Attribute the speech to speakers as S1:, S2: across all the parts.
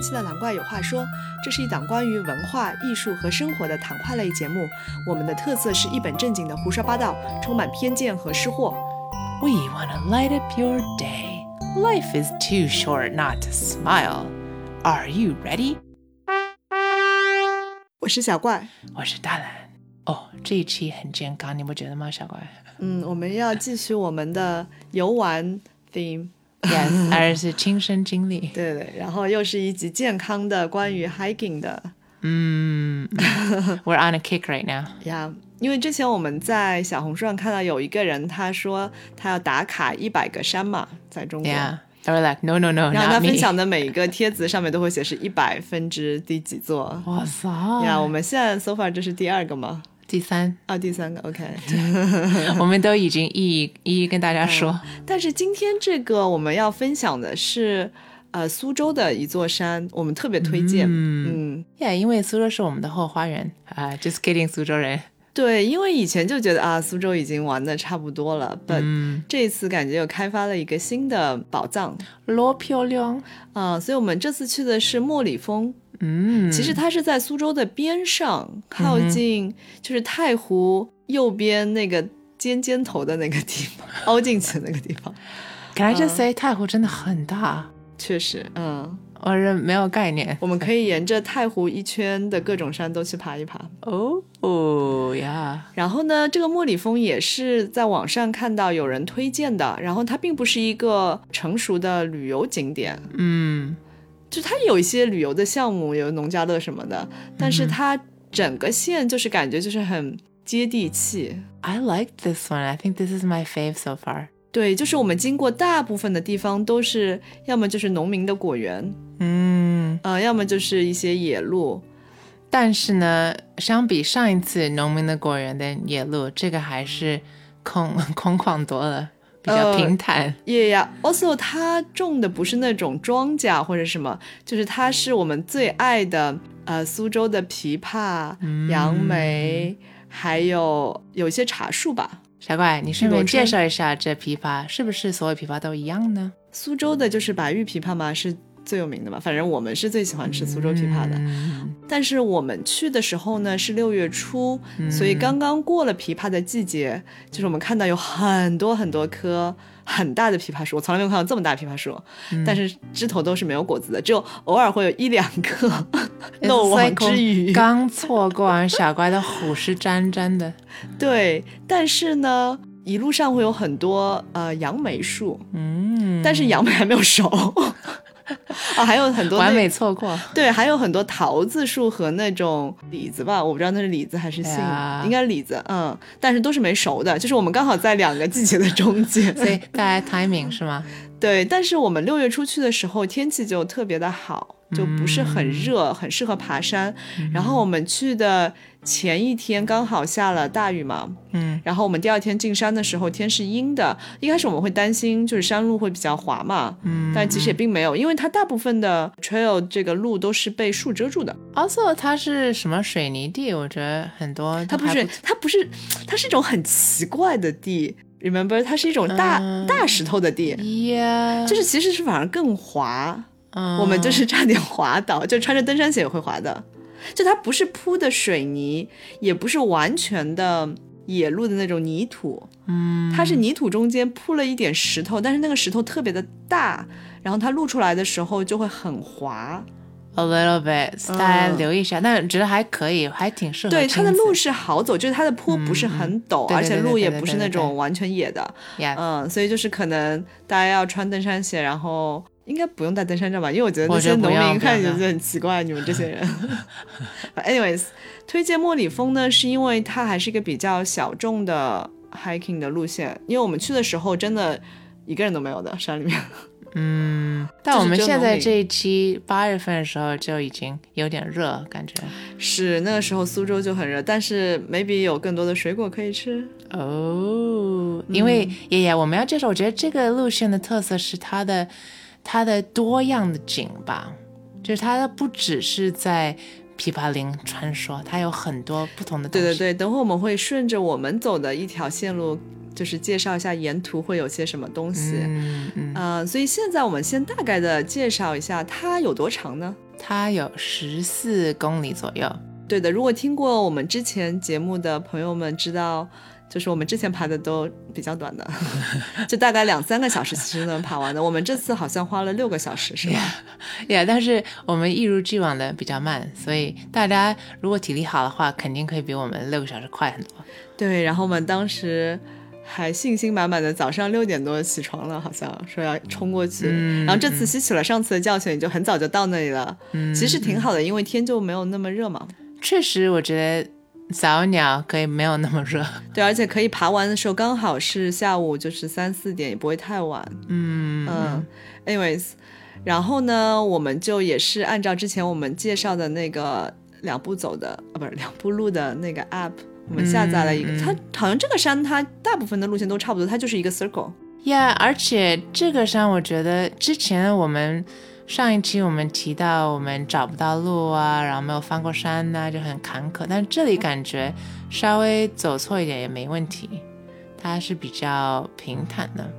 S1: 期的《蓝怪有话说》，这是一档关于文化艺术和生活的谈话类节目。我们的特色是一本正经的胡说八道，充满偏见和失货。
S2: We want to light up your day. Life is too short not to smile. Are you ready?
S1: 我是小怪，
S2: 我是大蓝。哦，这一期很健康，你不觉得吗，小 怪
S1: 嗯，我们要继续我们的游玩 theme。
S2: ？Yes，而是亲身经历。
S1: 对对对，然后又是一集健康的关于 hiking 的
S2: 嗯，We're on a kick right now.
S1: 呀因为之前我们在小红书上看到有一个人，他说他要打卡一百个山嘛，在中国。
S2: Yeah, they were like, no, no, no,
S1: 然后他
S2: not
S1: 分
S2: me.
S1: 享的每一个帖子上面都会写是一百分之第几座。
S2: 哇
S1: 呀、
S2: 塞，
S1: 我们现在 so far 这是第二个吗？
S2: 第三，
S1: 啊，第三个，OK。
S2: 我们都已经一 一一一跟大家说。
S1: 但是今天这个我们要分享的是，呃，苏州的一座山，我们特别推荐。嗯
S2: Yeah，因为苏州是我们的后花园啊、j u s t kidding，苏州人。
S1: 对，因为以前就觉得啊，苏州已经玩的差不多了，but、
S2: 嗯，
S1: 这一次感觉又开发了一个新的宝藏。
S2: 罗漂亮。
S1: 啊、所以我们这次去的是莫里峰，
S2: 嗯，
S1: 其实它是在苏州的边上，靠近就是太湖右边那个尖尖头的那个地方，凹进去的那个地方，
S2: Can I just say，、太湖真的很大，
S1: 确实，嗯，
S2: 我是没有概念。
S1: 我们可以沿着太湖一圈的各种山都去爬一爬。
S2: 哦哦呀，
S1: 然后呢，这个莫里峰也是在网上看到有人推荐的，然后它并不是一个成熟的旅游景点，
S2: 嗯
S1: 就它有一些旅游的项目，有农家乐什么的，但是它整个县就是感觉就是很接地气。
S2: ，I like this one. I think this is my fave so far.
S1: 对，就是我们经过大部分的地方都是，要么就是农民的果园，
S2: 嗯，
S1: 呃，要么就是一些野路。
S2: 但是呢，相比上一次农民的果园的野路，这个还是 空空旷多了，比较
S1: 呃
S2: 平坦。
S1: 也呀，also 它种的不是那种庄稼或者什么，就是它是我们最爱的，呃，苏州的枇杷、杨梅，还有有一些茶树吧。
S2: 小怪，你顺便
S1: 裸车
S2: 介绍一下这枇杷是不是所有枇杷都一样呢？
S1: 苏州的就是白玉枇杷嘛，是最有名的嘛，反正我们是最喜欢吃苏州枇杷的。
S2: 嗯
S1: 但是我们去的时候呢是六月初，所以刚刚过了枇杷的季节，就是我们看到有很多很多棵很大的枇杷树，我从来没有看到这么大的枇杷树，但是枝头都是没有果子的，只有偶尔会有一两个漏网之鱼。
S2: 刚错过完小怪的虎视眈眈的，
S1: 对，但是呢，一路上会有很多呃杨梅树，
S2: 嗯，
S1: 但是杨梅还没有熟。 啊，还有很多那
S2: 完美错过。
S1: 对，还有很多桃子树和那种李子吧，我不知道那是李子还是杏，
S2: 哎呀
S1: 应该是李子，嗯，但是都是没熟的，就是我们刚好在两个季节的中间。
S2: 所以大家 timing 是吗？
S1: 对，但是我们六月初去的时候，天气就特别的好，就不是
S2: 嗯
S1: 很热，很适合爬山。然后我们去的前一天刚好下了大雨嘛，
S2: 嗯，
S1: 然后我们第二天进山的时候，天是阴的。一开始我们会担心就是山路会比较滑嘛，嗯，但其实也并没有，因为它大部分的 trail 这个路都是被树遮住的。
S2: Also，它是什么水泥地？我觉得很多
S1: 它
S2: 都
S1: 不
S2: 还
S1: 是，它不是，它是一种很奇怪的地。Remember，它是一种大、
S2: 嗯
S1: 大石头的地，
S2: ，Yeah，
S1: 就是其实是反而更滑。
S2: 嗯
S1: 我们就是差点滑倒，就穿着登山鞋也会滑的。就它不是铺的水泥，也不是完全的野路的那种泥土，
S2: 嗯
S1: 它是泥土中间铺了一点石头，但是那个石头特别的大，然后它露出来的时候就会很滑。
S2: 嗯 a little bit，大家留意一下。但觉得还可以，还挺适合
S1: 嗯对，
S2: 亲子。
S1: 它的路是好走，就是它的坡不是很陡，
S2: 嗯对对
S1: 而且
S2: 对对
S1: 路也
S2: 对对
S1: 不
S2: 对
S1: 是
S2: 对
S1: 那
S2: 对
S1: 种完全野的。
S2: ，Yeah，
S1: 嗯，所以就是可能大家要穿登山鞋，然后应该不用带登山杖吧，因为我觉得
S2: 我
S1: 那些
S2: 觉得不
S1: 农
S2: 要
S1: 民
S2: 不要
S1: 看起来
S2: 不要
S1: 就很奇怪，你们这些 人。But anyways，推荐莫里峰呢，是因为它还是一个比较小众的 hiking 的路线，因为我们去的时候真的一个人都没有的山里面。
S2: 嗯。但
S1: 就
S2: 我
S1: 是
S2: 们
S1: 只有
S2: 现
S1: 农
S2: 在
S1: 民
S2: 这一期八月份的时候就已经有点热，感觉。
S1: 是那个时候苏州就很热，但是 maybe 有更多的水果可以吃。
S2: 哦，
S1: 嗯
S2: 因为爷爷，我们要介绍，我觉得这个路线的特色是它的它的多样的景吧，就是它不只是在琵琶林穿梭，它有很多不同的东
S1: 对
S2: 西。
S1: 对对，等会我们会顺着我们走的一条线路就是介绍一下沿途会有些什么东西。
S2: 嗯嗯，
S1: 呃，所以现在我们先大概的介绍一下它有多长呢？
S2: 它有十四公里左右。
S1: 对的，如果听过我们之前节目的朋友们知道，就是我们之前爬的都比较短 的，就大概两三个小时其实能爬完的。我们这次好像花了六个小时，是吧？
S2: 呀，但是我们一如既往的比较慢，所以大家如果体力好的话，肯定可以比我们六个小时快很多。
S1: 对，然后我们当时还信心满满的，早上六点多起床了，好像说要冲过去。
S2: 嗯
S1: 然后这次吸取了上次的教训，也就很早就到那里了。
S2: 嗯
S1: 其实挺好的，因为天就没有那么热嘛。
S2: 确实，我觉得早鸟可以没有那么热。
S1: 对，而且可以爬完的时候刚好是下午，就是三四点，也不会太晚。
S2: 嗯
S1: 嗯，anyways，然后呢，我们就也是按照之前我们介绍的那个两步走的啊，不是两步路的那个 app，我们下载了一个。
S2: 嗯嗯
S1: 它好像这个山，它大部分的路线都差不多，它就是一个 circle。
S2: 呀而且这个山，我觉得之前我们上一期我们提到我们找不到路啊，然后没有翻过山呐、就很坎坷。但这里感觉稍微走错一点也没问题，它是比较平坦的。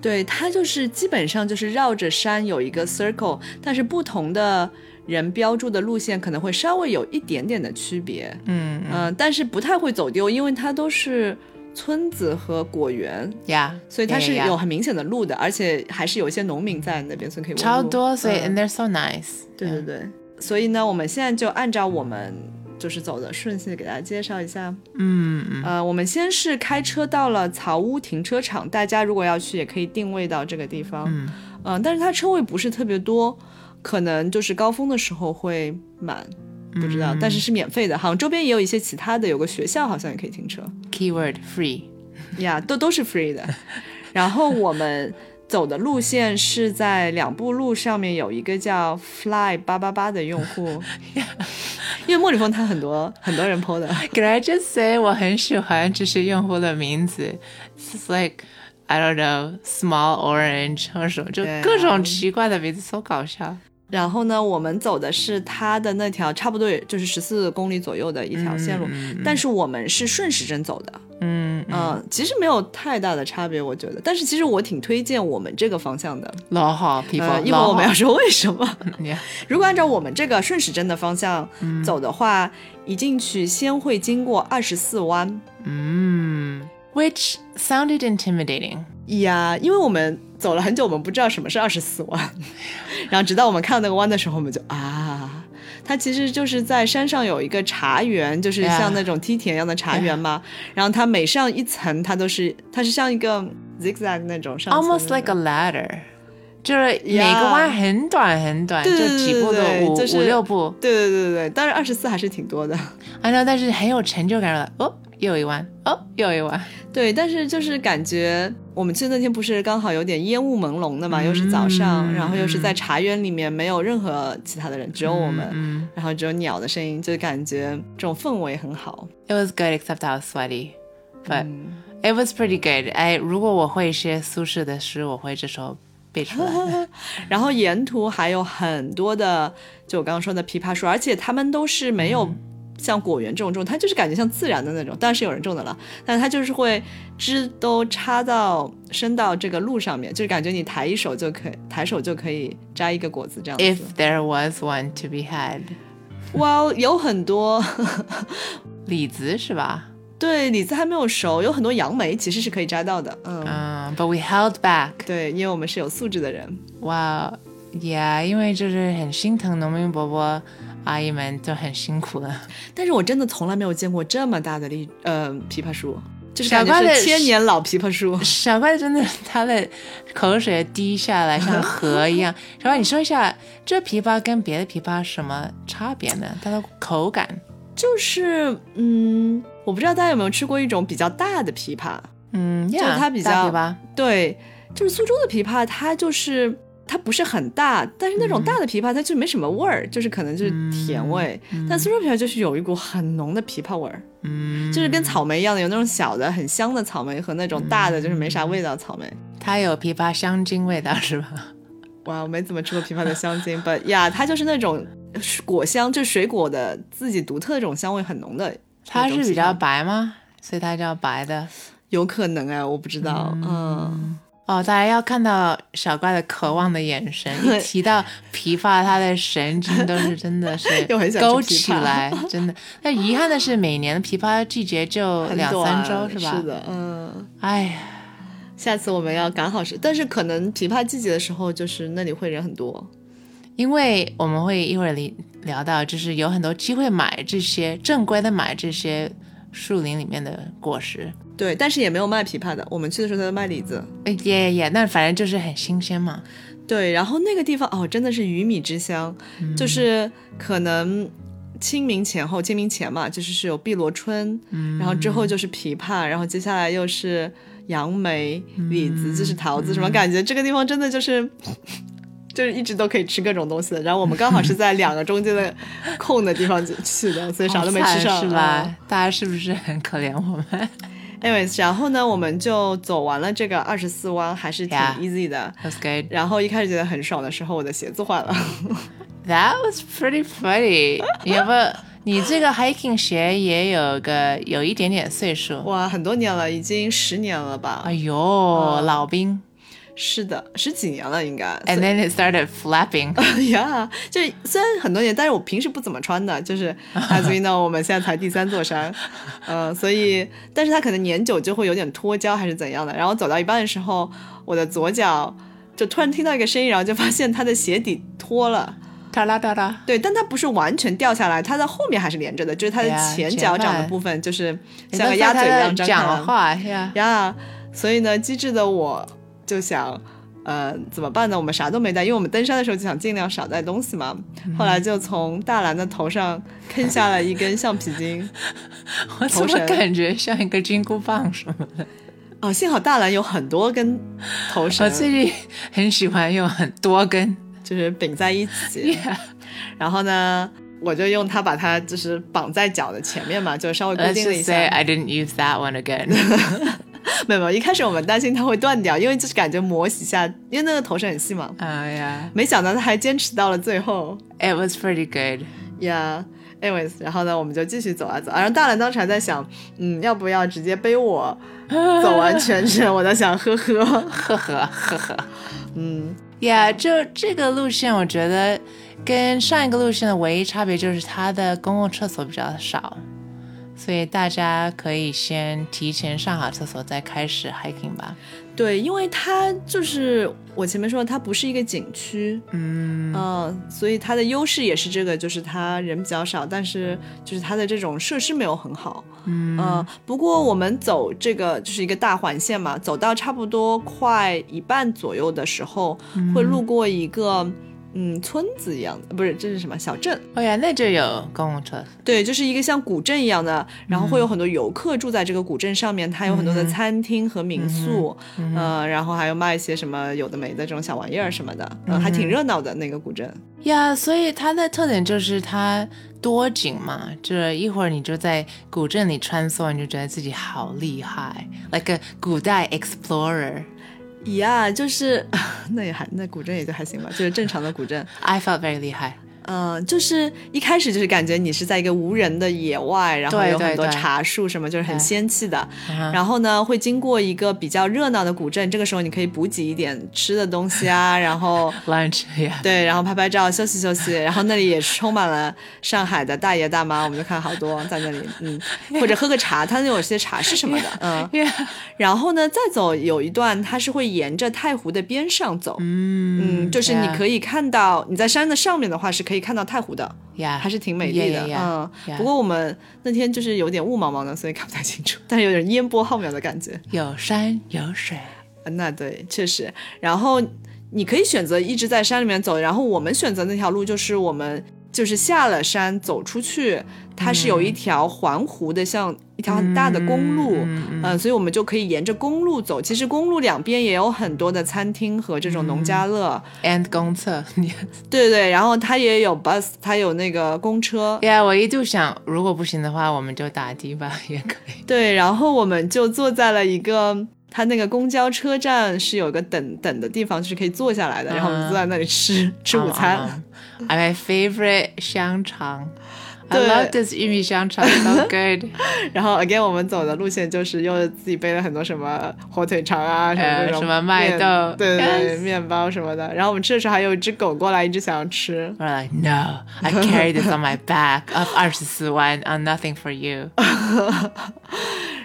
S1: 对，它就是基本上就是绕着山有一个 circle，但是不同的人标注的路线可能会稍微有一点点的区别。
S2: 嗯嗯
S1: 嗯、但是不太会走丢，因为它都是村子和果园，
S2: 哎呀，
S1: 所以它是
S2: yeah, yeah,
S1: 有
S2: yeah
S1: 很明显的路的，而且还是有一些农民在那边，所以可以问
S2: 超
S1: 路
S2: 多，所以、and
S1: 嗯
S2: they're so nice。
S1: 对对对，所以呢，我们现在就按照我们就是走的顺序给大家介绍一下。
S2: 嗯嗯
S1: 呃，我们先是开车到了草屋停车场，大家如果要去也可以定位到这个地方。
S2: 嗯
S1: 嗯、但是它车位不是特别多，可能就是高峰的时候会满。不知道，
S2: 嗯
S1: 但是是免费的。好像周边也有一些其他的，有个学校好像也可以停车。
S2: ，keyword free。
S1: 呀，都都是 free 的。然后我们走的路线是在两步路上面有一个叫 Fly 八八八的用户，因为莫里峰他很多很多人 PO 的，
S2: Can I just say 我很喜欢这些用户的名字，It's like I don't know small orange 或者什么，就
S1: 对啊
S2: 各种奇怪的名字，so 搞笑。
S1: 然后呢，我们走的是他的那条差不多也就是十四公里左右的一条线路，
S2: 嗯
S1: 但是我们是顺时针走的，
S2: 嗯嗯，
S1: 嗯、其实没有太大的差别，我觉得。但是其实我挺推荐我们这个方向的，
S2: 老好
S1: 呃，
S2: people，
S1: 一会儿
S2: 老
S1: 我
S2: 好
S1: 们要说为什么。
S2: Yeah，
S1: 如果按照我们这个顺时针的方向
S2: 嗯
S1: 走的话，一进去先会经过二十四弯
S2: 嗯，which sounded intimidating。
S1: 呀，因为我们走了很久，我们不知道什么是二十四 弯，然后直到我们看到那个弯的时候，我们就啊。它其实就是在山上有一个茶园，就是
S2: Yeah.
S1: 像那种梯田一样的茶园嘛。然后它每上一层，它都是它是像一个 zigzag 那种上层
S2: almost
S1: 那
S2: like a
S1: 种
S2: ladder，就是每个弯很短很短，
S1: 对
S2: 就
S1: 对
S2: 几步
S1: 对对对
S2: 都
S1: 就
S2: 五
S1: 是
S2: 五六步。
S1: 对对对对对，当然二十四还是挺多的。
S2: I know，但是很有成就感了。哦，又一弯，哦，又一弯。
S1: 对，但是就是感觉我们去那天不是刚好有点烟雾朦胧的嘛，又是早上，
S2: 嗯
S1: 然后又是在茶园里面，没有任何其他的人，只有我们，
S2: 嗯
S1: 然后只有鸟的声音，就感觉这种氛围很好。
S2: ，It was good except I was sweaty。But
S1: 嗯，
S2: it was pretty good. 哎，如果我会一些苏轼的诗，我会这首背出来。
S1: 然后沿途还有很多的，就我刚刚说的枇杷树，而且它们都是没
S2: 嗯
S1: 有像果园这种种，它就是感觉像自然的那种，当然是有人种的了，但它就是会枝都插到伸到这个路上面，就是感觉你抬一手就可以，抬手就可以摘一个果子这样子。
S2: If there was one to be had，
S1: 哇，有很多，
S2: 李子是吧？
S1: 对，李子还没有熟，有很多杨梅其实是可以摘到的，嗯，
S2: 嗯、b u t we held back。
S1: 对，因为我们是有素质的人，
S2: 哇、yeah,，因为就是很心疼农民伯伯阿姨们都很辛苦了。
S1: 但是我真的从来没有见过这么大的栗，呃，枇杷树，就是
S2: 小
S1: 感
S2: 瓜
S1: 觉
S2: 的
S1: 是千年老枇杷树，
S2: 小怪真的，他的口水滴下来像河一样。小怪，你说一下，这枇杷跟别的枇杷什么差别呢？它的口感，
S1: 就是，嗯，我不知道大家有没有吃过一种比较大的枇杷，
S2: 嗯，
S1: 是
S2: yeah，
S1: 它比
S2: 大
S1: 较
S2: 枇杷，
S1: 对，就是苏州的枇杷，它就是。它不是很大，但是那
S2: 嗯
S1: 种大的枇杷它就没什么味儿，就是可能就是甜味。但苏州枇杷就是有一股很浓的枇杷味儿。
S2: 嗯，
S1: 就是跟草莓一样的，有那种小的很香的草莓和那种大的就是没啥味道的草莓。
S2: 它有枇杷香精味道 是吧？
S1: 哇，我没怎么吃过枇杷的香精 ，but 呀，它就是那种果香，就是水果的自己独特的这种香味很浓的。
S2: 它是比
S1: 那
S2: 较
S1: 种枇杷
S2: 白吗？所以它叫白的。
S1: 有可能哎，我不知道，嗯，
S2: 哦，大家要看到小怪的渴望的眼神，一提到琵琶，他的神经都是真的是
S1: 又很想吃
S2: 勾
S1: 琵
S2: 起
S1: 琶
S2: 来， 真的。但遗憾的是，每年琵琶季节就
S1: 嗯很
S2: 两
S1: 短
S2: 三周，
S1: 是
S2: 吧？
S1: 的，嗯，
S2: 哎呀，
S1: 下次我们要赶好时，但是可能琵琶季节的时候，就是那里会人很多，
S2: 因为我们会一会儿聊聊到，就是有很多机会买这些正规的买这些树林里面的果实。
S1: 对，但是也没有卖琵琶的，我们去的时候在卖李子，
S2: 哎耶耶，那反正就是很新鲜嘛。
S1: 对，然后那个地方哦，真的是鱼米之乡，
S2: 嗯
S1: 就是可能清明前后，清明前嘛，就是是有碧螺春，
S2: 嗯
S1: 然后之后就是枇杷，然后接下来又是杨梅、
S2: 嗯
S1: 李子，就是桃子，什么感觉？这个地方真的就是。就是一直都可以吃各种东西的，然后我们刚好是在两个中间 的空的地方去去的，所以啥都没吃上，啊
S2: 好惨是吧？大家是不是很可怜我们？
S1: 嗯？anyways，然后呢，我们就走完了这个二十四弯，还是挺
S2: Yeah
S1: easy 的。
S2: That's good.
S1: 然后一开始觉得很爽的时候，我的鞋子坏了。
S2: That was pretty funny. 要不 你这个 hiking 鞋也有个有一点点岁数。
S1: 哇，很多年了，已经十年了吧
S2: 哎？呦，
S1: 啊
S2: 老兵。
S1: 是的，十几年了应该。
S2: And then it started flapping.
S1: 哎呀，就是虽然很多年，但是我平时不怎么穿的，就是 as we know，我们现在才第三座山， 呃，所以，但是它可能年久就会有点脱胶还是怎样的。然后走到一半的时候，我的左脚就突然听到一个声音，然后就发现它的鞋底脱了。
S2: 哒啦哒啦。
S1: 对，但它不是完全掉下来，它的后面还是连着的，就是它的
S2: 对啊
S1: 前
S2: 前
S1: 脚掌的
S2: 半
S1: 部分，就是
S2: 你
S1: 像
S2: 都
S1: 个鸭
S2: 说
S1: 嘴一
S2: 他
S1: 样
S2: 在
S1: 张开了
S2: 讲话呀。
S1: 呀所以呢，机智的我就想，呃，怎么办呢？我们啥都没带，因为我们登山的时候就想尽量少带东西嘛。后来就从大蓝的头上坑下了一根橡皮筋。
S2: 我怎
S1: 头
S2: 么
S1: 绳
S2: 感觉像一个金箍棒什么的？
S1: 哦，幸好大蓝有很多根头绳
S2: 我，最近很喜欢用很多根。
S1: 就是绑在一起。
S2: Yeah.
S1: 然后呢，我就用它把它就是绑在脚的前面嘛，就稍微固
S2: Let's
S1: 定了一
S2: just
S1: 下。
S2: say I didn't use that one again.
S1: 没有没有，一开始我们担心它会断掉，因为就是感觉磨洗一下，因为那个头绳很细嘛。
S2: Oh yeah,
S1: 没想到它还坚持到了最后。
S2: it was pretty good.
S1: 呀、anyways，然后呢，我们就继续走啊走啊。然后大蓝当时还在想，嗯，要不要直接背我走完全程？我在想，呵呵，
S2: 呵呵呵呵。
S1: 嗯，
S2: Yeah，就这个路线，我觉得跟上一个路线的唯一差别就是它的公共厕所比较少，所以大家可以先提前上好厕所再开始 hiking 吧。
S1: 对，因为它就是我前面说的，它不是一个景区，
S2: 嗯
S1: 嗯、所以它的优势也是这个，就是它人比较少，但是就是它的这种设施没有很好，嗯、不过我们走这个就是一个大环线嘛，走到差不多快一半左右的时候，会路过一个嗯村子一样的，不是，这是什么小镇？
S2: 哦呀，那就有公共厕所。
S1: 对，就是一个像古镇一样的，然后会有很多游客住在这个古镇上面，它有很多的餐厅和民宿，呃，然后还有卖一些什么有的没的这种小玩意儿什么的，呃，还挺热闹的那个古镇。
S2: 呀所以它的特点就是它多景嘛，这一会儿你就在古镇里穿梭，你就觉得自己好厉害，like a 古代 explorer。
S1: 呀、就是 那也还那古镇也就还行吧，就是正常的古 镇。
S2: I felt very 厉害。
S1: 嗯、就是一开始就是感觉你是在一个无人的野外，然后
S2: 对
S1: 有
S2: 对
S1: 很多
S2: 对
S1: 茶树什么，就是很
S2: 对
S1: 仙气的。
S2: 然
S1: 然后呢，会经过一个比较热闹的古镇，这个时候你可以补给一点吃的东西啊，然后
S2: lunch yeah
S1: 对，然后拍拍照，休息休息。然后那里也是充满了上海的大爷大妈，我们就看好多在那里，嗯，或者喝个茶，它那有些茶是什么的，嗯。
S2: yeah
S1: 然后呢，再走有一段，它是会沿着太湖的边上走，嗯，
S2: 嗯
S1: 就是你可
S2: 以
S1: 以看到你在山的上面的话是可以看到太湖的，
S2: yeah
S1: 还是挺美丽的，
S2: Yeah, yeah,
S1: 嗯。
S2: yeah.
S1: 不过我们那天就是有点雾茫茫的，所以看不太清楚，但是有点烟波浩渺的感觉。
S2: 有山有水
S1: 那对，确实。然后你可以选择一直在山里面走，然后我们选择那条路就是我们就是下了山走出去，它是有一条环湖的，像一条很大的公路。嗯
S2: 嗯嗯
S1: 所以我们就可以沿着公路走。其实公路两边也有很多的餐厅和这种农家乐，
S2: and 公厕
S1: 对对。然后它也有 bus，它有那个公车，
S2: yeah 我一度想如果不行的话我们就打的吧也可以
S1: 对，然后我们就坐在了一个。它那个公交车站是有个等等的地方，就是可以坐下来的，然后我们
S2: 啊
S1: 坐在那里吃吃午餐。
S2: Um, um, um, my favorite 香肠 I
S1: 对
S2: love this 玉米香肠，so good。
S1: 然后 again 我们走的路线就是又自己背了很多什么火腿肠啊，什么
S2: 呃
S1: 那种
S2: 什么麦
S1: 面
S2: 豆
S1: 对对对
S2: Yes
S1: 面包什么的。然后我们吃的时候还有一只狗过来一直想要吃，
S2: We're like, no, I carry this on my back of 二十四弯，on nothing for you。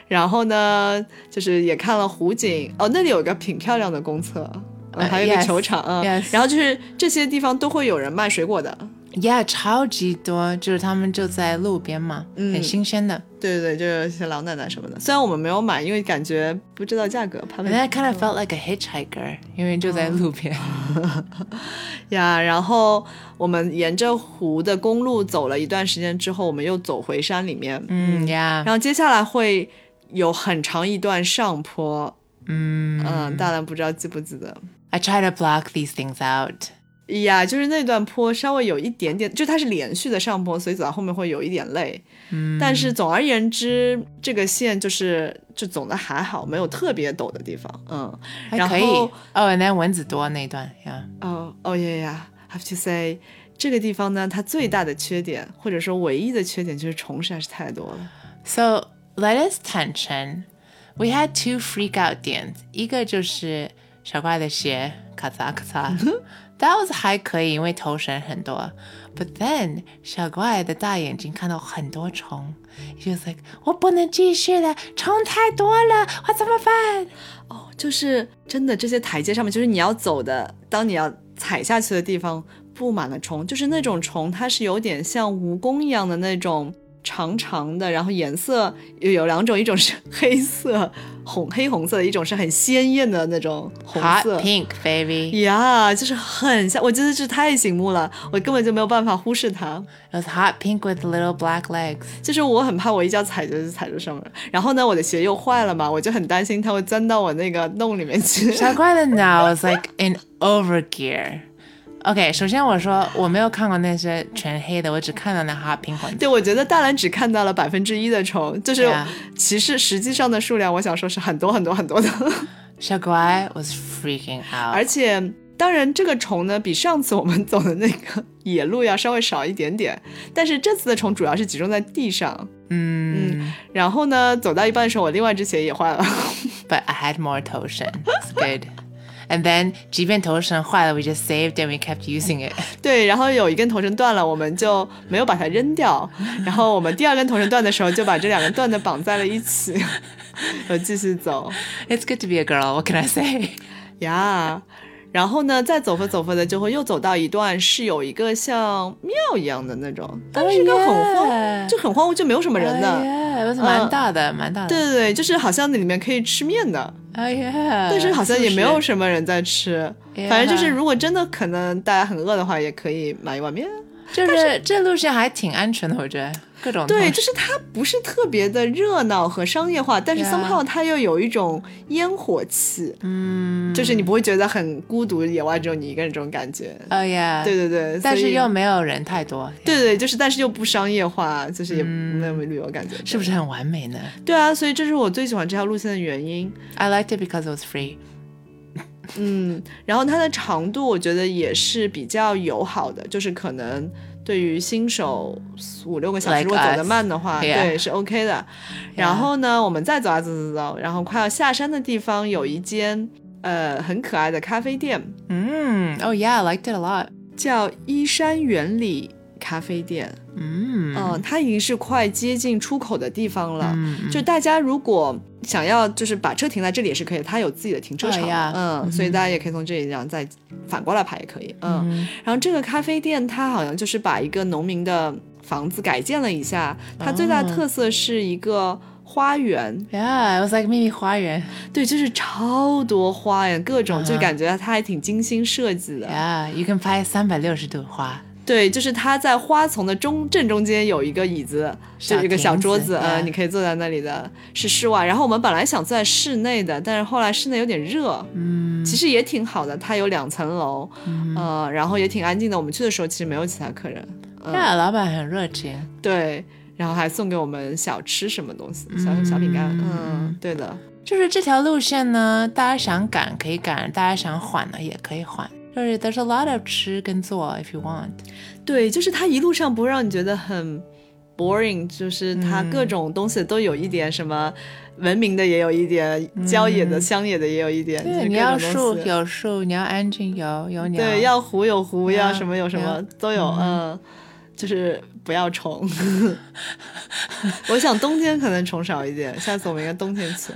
S1: 然后呢就是也看了湖景，哦那里有一个挺漂亮的公厕。嗯
S2: 呃
S1: 还有一个
S2: yes，
S1: 球场啊
S2: yes
S1: 然后就是这些地方都会有人卖水果的，
S2: Yeah，超级多，就是他们就在路边嘛，很新鲜的。
S1: 对对对，就有一些老奶奶什么的。虽然我们没有买，因为感觉不知道价格，怕被
S2: And then I kind of felt like a hitchhiker，因为就在路边。
S1: 呀，然后我们沿着湖的公路走了一段时间之后，我们又走回山里面，
S2: 嗯
S1: 然
S2: ，Yeah，
S1: 后接下来会有很长一段上坡，
S2: 嗯
S1: 嗯，大兰不知道记不记得？
S2: ，I try to block these things out。
S1: 呀，就是那段坡稍微有一点点，就它是连续的上坡，所以走到后面会有一点累。
S2: 嗯，
S1: 但是总而言之，这个线就是就走的还好，没有特别陡的地方。嗯，
S2: 还
S1: 然
S2: 可以。
S1: 后
S2: 哦，and then 蚊子多那一段，Yeah。
S1: 哦哦耶呀，have to say，这个地方呢，它最大的缺点或者说唯一的缺点就是虫实在是太多了。
S2: So let us 坦诚，we had two freak out 点，一个就是小怪的鞋咔嚓咔嚓，that was 还可以，因为头绳很多。But then 小怪的大眼睛看到很多虫，he was like 我不能继续了，虫太多了，我怎么办？
S1: 哦，就是真的，这些台阶上面，就是你要走的，当你要踩下去的地方布满了虫，就是那种虫，它是有点像蜈蚣一样的那种长长的，然后颜色有有两种，一种是 黑色红黑红色的，一种是很鲜艳的那种红
S2: Hot
S1: 色。
S2: pink baby，it
S1: 呀就是很像，我真的是太醒目了，我根本就没有办法忽视它。
S2: was hot pink with little black legs。
S1: 就是我很怕我一脚踩着就踩着上面，然后呢，我的鞋又坏了嘛，我就很担心它会钻到我那个洞里面去。
S2: 傻瓜的脑 was like in overgear。OK，首先我说我没有看过那些全黑的，我只看到那哈苹果。
S1: 对，我觉得大蓝只看到了百分之一的虫，就是
S2: 对啊
S1: 其实实际上的数量，我想说是很多很多很多的。
S2: 小乖 was freaking
S1: 而
S2: out。
S1: 且，当然这个虫呢，比上次我们走的那个野路要稍微少一点点，但是这次的虫主要是集中在地上。
S2: 嗯
S1: 然后呢，走到一半的时候，我另外一只鞋也坏了。
S2: ，But I had more 头绳，it's good。And then，即便头绳坏了，we just saved and we kept using it。
S1: 对，然后有一根头绳断了，我们就没有把它扔掉。然后我们第二根头绳断的时候，就把这两根断的绑在了一起， 又继续走。
S2: It's good to be a girl. What can I say？
S1: 呀。然后呢，再走着走着的，就会又走到一段是有一个像庙一样的那种，但是一个很荒
S2: yeah
S1: 就很荒芜，就没有什么人的。
S2: 哎呀，蛮大的，蛮大的。Oh,
S1: 对对对，就是好像那里面可以吃面的，
S2: 哎呀，
S1: 但是好像也没
S2: 是
S1: 有
S2: 不是
S1: 什么人在吃。
S2: Yeah
S1: 反正就是，如果真的可能大家很饿的话，也可以买一碗面。
S2: 就是这路线还挺安全的，我觉得各种
S1: 对，
S2: 同
S1: 就是它不是特别的热闹和商业化，但是
S2: Yeah
S1: somehow 它又有一种烟火气，嗯，就是你不会觉得很孤独，野外只有你一个人这种感觉。
S2: 哦呀，
S1: 对对对，
S2: Oh, 但
S1: 所
S2: 是
S1: 以
S2: 又没有人太多，
S1: 对对，就是但是又不商业化，就是也没有旅游感觉，
S2: 嗯是不
S1: 是？
S2: 是很完美呢
S1: 对啊，所以这是我最喜欢这条路线的原因。
S2: ？I liked it because it was free。
S1: 嗯，然后它的长度我觉得也是比较友好的，就是可能对于新手五六个小时，
S2: Like
S1: 如果走得
S2: us
S1: 慢的话
S2: Yeah
S1: 对是 OK 的。然后呢，我们再走啊走走走，然后快要下山的地方有一间呃很可爱的咖啡店，
S2: 嗯，Oh yeah, I liked it a lot。
S1: 叫依山园里咖啡店。
S2: 嗯
S1: 嗯，它已经是快接近出口的地方了。
S2: 嗯
S1: 就大家如果想要，就是把车停在这里也是可以的，它有自己的停车场，
S2: 哎呀
S1: 嗯，所以大家也可以从这里，然后再反过来排也可以，嗯。然后这个咖啡店它好像就是把一个农民的房子改建了一下，它最大的
S2: 哦
S1: 特色是一个花园，
S2: ，Yeah, it was like 秘密花园。
S1: 对，就是超多花呀，各种，就感觉它还挺精心设计的。
S2: Yeah, you can 拍三百六十度花。
S1: 对，就是它在花丛的中正中间有一个椅子，
S2: 小
S1: 就有一个小桌
S2: 亭
S1: 子，
S2: 子哎
S1: 呃，
S2: 对
S1: 你可以坐在那里的，是室外。然后我们本来想坐在室内的，但是后来室内有点热，
S2: 嗯
S1: 其实也挺好的，它有两层楼，呃，然后也挺安静的。我们去的时候其实没有其他客人，嗯、
S2: ，Yeah，老板很热情。
S1: 对，然后还送给我们小吃什么东西，小小饼干，嗯，对的，
S2: 就是这条路线呢，大家想赶可以赶，大家想缓呢也可以缓。就是 there's a lot of 吃跟做，if you want。
S1: 对，就是它一路上不会让你觉得很 boring，就是
S2: 嗯
S1: 它各种东西都有一点什么。文明的也有一点，郊野的、乡野的也有一点。就是
S2: 嗯对，你
S1: 各
S2: 要
S1: 种东
S2: 树
S1: 西
S2: 有树，你要安静有有鸟，
S1: 对，要湖有湖，要
S2: 啊
S1: 什么有什么
S2: 要
S1: 都有，嗯，就是不要虫。 我想冬天可能虫少一点，下次我们应该冬天去。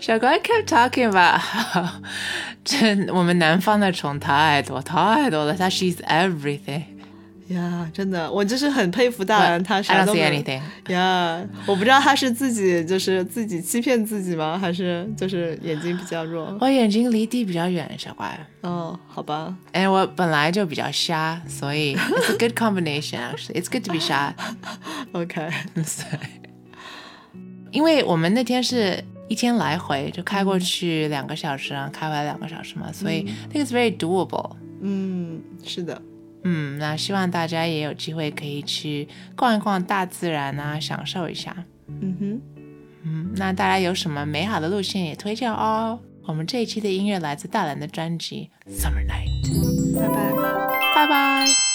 S2: 小乖 keep talking 吧， 这我们南方的虫太多太多了，它 she's everything。
S1: 呀，真的，我就是很佩服大兰，嗯他啥
S2: I don't
S1: 都
S2: see
S1: 没有。
S2: anything。
S1: 呀我不知道他是自己就是自己欺骗自己吗，还是就是眼睛比较弱？
S2: 我眼睛离地比较远，小乖。
S1: 哦，好吧，
S2: And 我本来就比较瞎，所以 it's a good combination actually. It's good to be 瞎。
S1: ，OK，
S2: 因为我们那天是一天来回，就开过去两个小时，然后开回来两个小时嘛，所以 I think it's very doable。
S1: 嗯，是的，
S2: 嗯，那希望大家也有机会可以去逛一逛大自然啊，享受一下。
S1: 嗯哼。
S2: 嗯，那大家有什么美好的路线也推荐哦。我们这一期的音乐来自大蓝的专辑《Summer Night》，拜拜，拜拜。